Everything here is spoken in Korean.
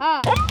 Ah.